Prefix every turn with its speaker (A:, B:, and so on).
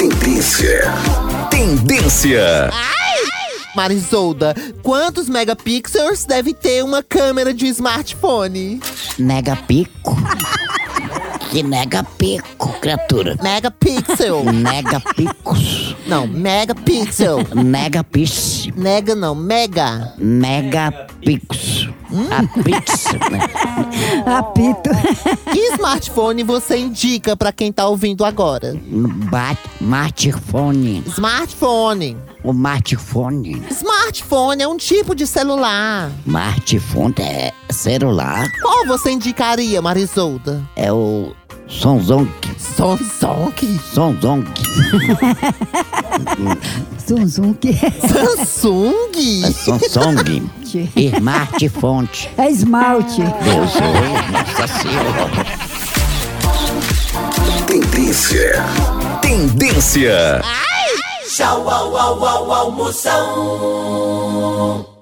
A: Tendência. Tendência.
B: Marisolda, quantos megapixels deve ter uma câmera de smartphone?
C: Nega pico. Que nega pico, criatura.
B: Megapixel.
C: Nega picos.
B: não, megapixel.
C: Nega pix.
B: Nega não, mega.
C: Mega pix. A pix. né?
D: Apito.
B: Que smartphone você indica pra quem tá ouvindo agora?
C: Bate, smartphone.
B: Smartphone.
C: O smartphone.
B: Smartphone é um tipo de celular.
C: Smartphone é celular.
B: Qual você indicaria, Marisolda?
C: É o Samsung.
B: Samsung.
C: Samsung.
D: Zunzunk.
C: É
B: Samsung?
C: Samsung. Smartphone.
D: É esmalte.
C: Deus, oi, nossa senhora.
A: Tendência. Tendência.
E: Tchau, au, au, au, almoção.